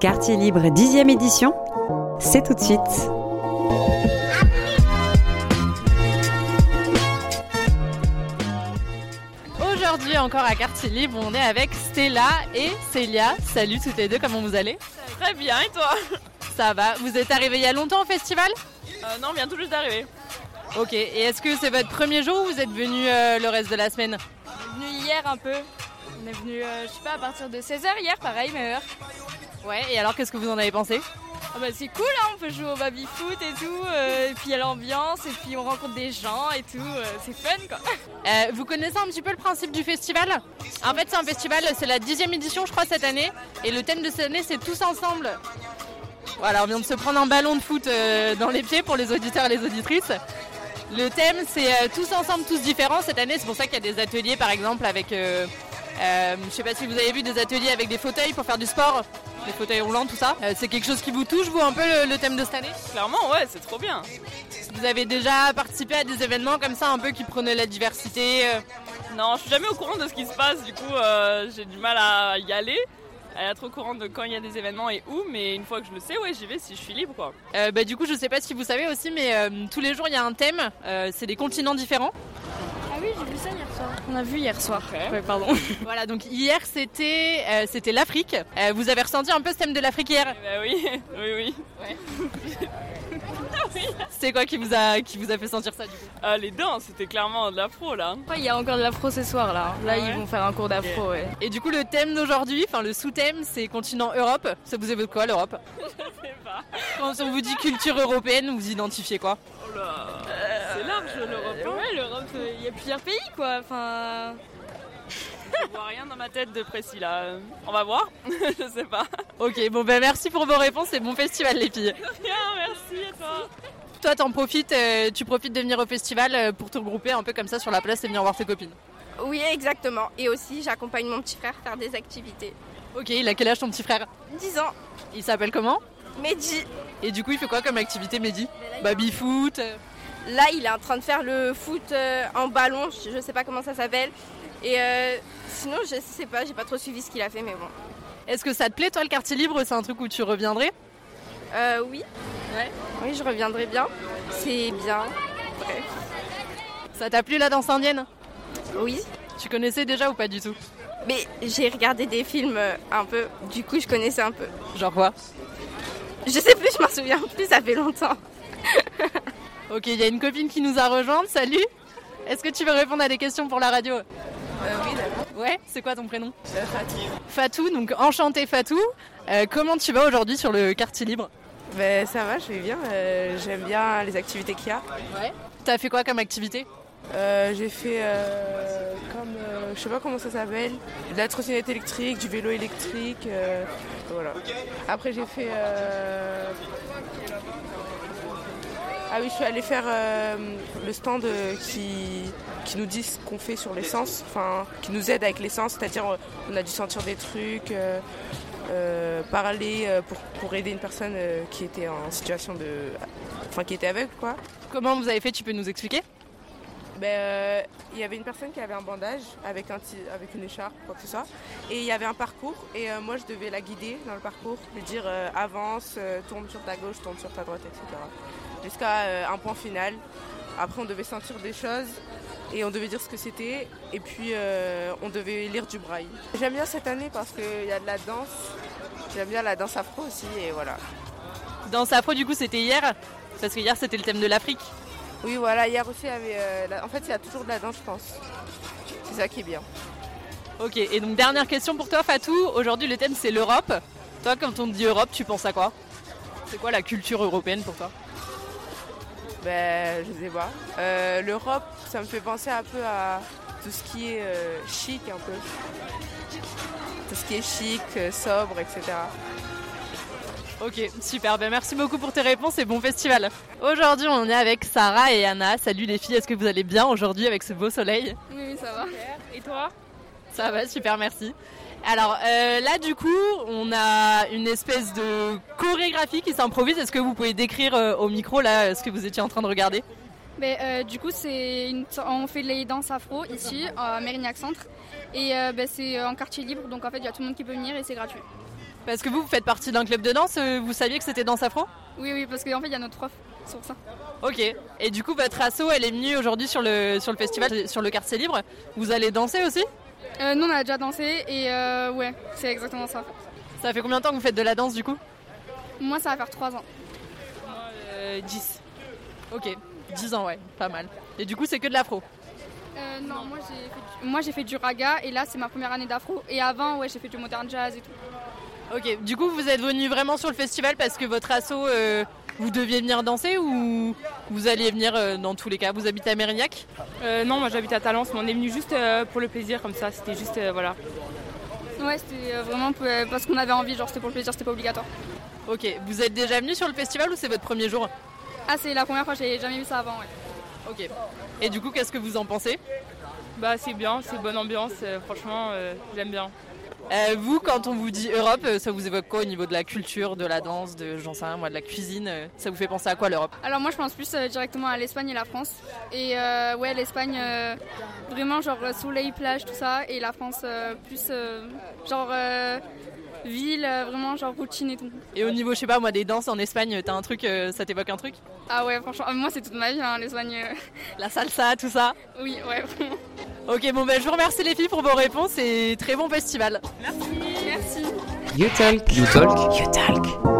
Quartier Libre 10e édition, c'est tout de suite. Aujourd'hui encore à Quartier Libre, on est avec Stella et Célia. Salut toutes les deux, comment vous allez Très bien, et toi Ça va, vous êtes arrivés il y a longtemps au festival Euh, Non, on vient tout juste d'arriver. Ok, et est-ce que c'est votre premier jour ou vous êtes venus euh, le reste de la semaine venu hier un peu. On est venu, euh, je sais pas, à partir de 16h hier, pareil, mais heure. Ouais, et alors qu'est-ce que vous en avez pensé Ah bah c'est cool, hein, on peut jouer au baby foot et tout, euh, et puis il y a l'ambiance, et puis on rencontre des gens et tout, euh, c'est fun quoi. Euh, vous connaissez un petit peu le principe du festival En fait, c'est un festival, c'est la dixième édition, je crois, cette année. Et le thème de cette année, c'est tous ensemble. Voilà, on vient de se prendre un ballon de foot euh, dans les pieds pour les auditeurs et les auditrices. Le thème, c'est euh, tous ensemble, tous différents cette année. C'est pour ça qu'il y a des ateliers, par exemple, avec. euh, euh, je sais pas si vous avez vu des ateliers avec des fauteuils pour faire du sport, des fauteuils roulants, tout ça. Euh, c'est quelque chose qui vous touche, vous, un peu le- le thème de cette année Ah, Clairement, ouais, c'est trop bien. Vous avez déjà participé à des événements comme ça, un peu qui prenaient la diversité euh, Non, je suis jamais au courant de ce qui se passe, du coup, euh, j'ai du mal à y aller. À être au courant de quand il y a des événements et où, mais une fois que je le sais, ouais, j'y vais si je suis libre, quoi. Euh, bah, du coup, je sais pas si vous savez aussi, mais euh, tous les jours il y a un thème. euh, c'est des continents différents. Ah oui, j'ai vu ça hier soir. On a vu hier soir. Ok. Ouais, pardon. voilà, donc hier c'était euh, c'était l'Afrique. Euh, vous avez ressenti un peu ce thème de l'Afrique hier. Eh Bah oui, oui, oui. C'est quoi qui vous a qui vous a fait sentir ça du coup Euh, les danses, c'était clairement de l'afro, là. Ouais, Il y a encore de l'afro ce soir là. Là, Ah ouais ils vont faire un cours d'afro, ouais. Et du coup, le thème d'aujourd'hui, enfin le sous-thème, c'est continent Europe. Ça vous évoque quoi l'Europe Je sais pas. Quand on vous dit culture européenne, vous identifiez quoi Oh là, c'est large, l'Europe. hein. Ouais, l'Europe, euh, il y a plusieurs pays quoi, enfin. Je vois rien dans ma tête de précis, là. On va voir, je sais pas. Ok, bon ben merci pour vos réponses et bon festival les filles. Bien, merci à toi. Toi, t'en profites, euh, tu profites de venir au festival euh, pour te regrouper un peu comme ça sur la place et venir voir tes copines. Oui, exactement. Et aussi, j'accompagne mon petit frère faire des activités. Ok, il a quel âge ton petit frère 10 ans, Il s'appelle comment Mehdi. Et du coup, il fait quoi comme activité, Mehdi Baby foot. euh, Là, il est en train de faire le foot euh, en ballon, je je sais pas comment ça s'appelle. Et euh, sinon, je sais pas, j'ai pas trop suivi ce qu'il a fait, mais bon. Est-ce que ça te plaît, toi, le quartier libre C'est un truc où tu reviendrais Euh, oui. Ouais. Oui, je reviendrai bien. C'est bien. Bref. Ça t'a plu la danse indienne Oui. Tu connaissais déjà ou pas du tout Mais j'ai regardé des films euh, un peu, du coup, je connaissais un peu. Genre quoi Je sais plus, je m'en souviens plus, ça fait longtemps. Ok, il y a une copine qui nous a rejointe. Salut Est-ce que tu veux répondre à des questions pour la radio Euh, oui, Ouais, c'est quoi ton prénom Fatou. Fatou, donc enchantée Fatou. Euh, comment tu vas aujourd'hui sur le quartier libre Ben ça va, je vais bien. euh, J'aime bien les activités qu'il y a. Ouais. T'as fait quoi comme activité Euh, j'ai fait euh, comme euh, je sais pas comment ça s'appelle, de la trottinette électrique, du vélo électrique, euh, voilà. Après j'ai fait euh, ah oui, je suis allée faire euh, le stand euh, qui, qui nous dit ce qu'on fait sur l'essence, enfin qui nous aide avec l'essence, c'est-à-dire euh, on a dû sentir des trucs, euh, euh, parler euh, pour, pour aider une personne euh, qui était en situation de, enfin qui était aveugle quoi. Comment vous avez fait Tu peux nous expliquer Ben, euh, il y avait une personne qui avait un bandage avec, un ti- avec une écharpe, quoi que ce soit. Et il y avait un parcours. Et euh, moi, je devais la guider dans le parcours, lui dire euh, avance, euh, tourne sur ta gauche, tourne sur ta droite, etc. Jusqu'à euh, un point final. Après, on devait sentir des choses et on devait dire ce que c'était. Et puis, euh, on devait lire du braille. J'aime bien cette année parce qu'il y a de la danse. J'aime bien la danse afro aussi. Et voilà. Dans sa pro, du coup, c'était hier Parce que hier, c'était le thème de l'Afrique. Oui, voilà. Hier aussi, il y avait. euh, la- En fait, il y a toujours de la danse, je pense. C'est ça qui est bien. Ok, et donc dernière question pour toi Fatou, aujourd'hui le thème c'est l'Europe. Toi quand on te dit Europe, tu penses à quoi C'est quoi la culture européenne pour toi Ben, je sais pas. Euh, L'Europe, ça me fait penser un peu à tout ce qui est euh, chic, un peu. Tout ce qui est chic, euh, sobre, etc. Ok, super, ben merci beaucoup pour tes réponses et bon festival. Aujourd'hui on est avec Sarah et Anna. Salut les filles, est-ce que vous allez bien aujourd'hui avec ce beau soleil Oui, oui, ça va. Et toi Ça va, super, merci. Alors euh, là du coup on a une espèce de chorégraphie qui s'improvise. Est-ce que vous pouvez décrire euh, au micro là euh, ce que vous étiez en train de regarder Mais euh, du coup, c'est une- on fait les danses afro ici à Mérignac Centre et euh, ben, c'est en quartier libre, donc en fait il y a tout le monde qui peut venir et c'est gratuit. Parce que vous, vous faites partie d'un club de danse, euh, vous saviez que c'était danse afro Oui, oui, parce qu'en fait, il y a notre prof sur ça. Ok. Et du coup, votre asso, elle est venue aujourd'hui sur le, sur le festival, sur le quartier libre. Vous allez danser aussi Euh, nous, on a déjà dansé et euh, ouais, c'est exactement ça. Ça fait combien de temps que vous faites de la danse du coup Moi, ça va faire 3 ans. 10. Ok. 10 ans, ouais, pas mal. Et du coup, c'est que de l'afro. Euh, non, moi, j'ai fait, du- moi, j'ai fait du raga et là, c'est ma première année d'afro. Et avant, ouais, j'ai fait du modern jazz et tout. Ok. Du coup, vous êtes venu vraiment sur le festival parce que votre asso, euh, vous deviez venir danser ou vous alliez venir euh, dans tous les cas Vous habitez à Mérignac Euh, non, moi j'habite à Talence, mais on est venu juste euh, pour le plaisir comme ça. C'était juste, euh, voilà. Ouais, c'était euh, vraiment p- euh, parce qu'on avait envie, genre, c'était pour le plaisir, c'était pas obligatoire. Ok. Vous êtes déjà venu sur le festival ou c'est votre premier jour Ah, c'est la première fois, j'ai jamais vu ça avant, ouais. Ok. Et du coup, qu'est-ce que vous en pensez Bah c'est bien, c'est bonne ambiance. euh, franchement, euh, j'aime bien. Euh, Vous, quand on vous dit Europe, euh, ça vous évoque quoi au niveau de la culture, de la danse, de j'en sais rien, moi, de la cuisine euh, Ça vous fait penser à quoi l'Europe Alors moi je pense plus euh, directement à l'Espagne et la France. Et euh, ouais l'Espagne euh, vraiment genre euh, soleil, plage, tout ça. Et la France euh, plus euh, genre euh, ville, euh, vraiment genre routine et tout. Et au niveau, je sais pas, moi, des danses en Espagne, t'as un truc, euh, ça t'évoque un truc Ah ouais franchement, ah, moi c'est toute ma vie hein, l'Espagne. euh, La salsa, tout ça oui ouais vraiment. Ok, bon, ben, je vous remercie les filles pour vos réponses et très bon festival Merci. You Talk. You Talk. You Talk.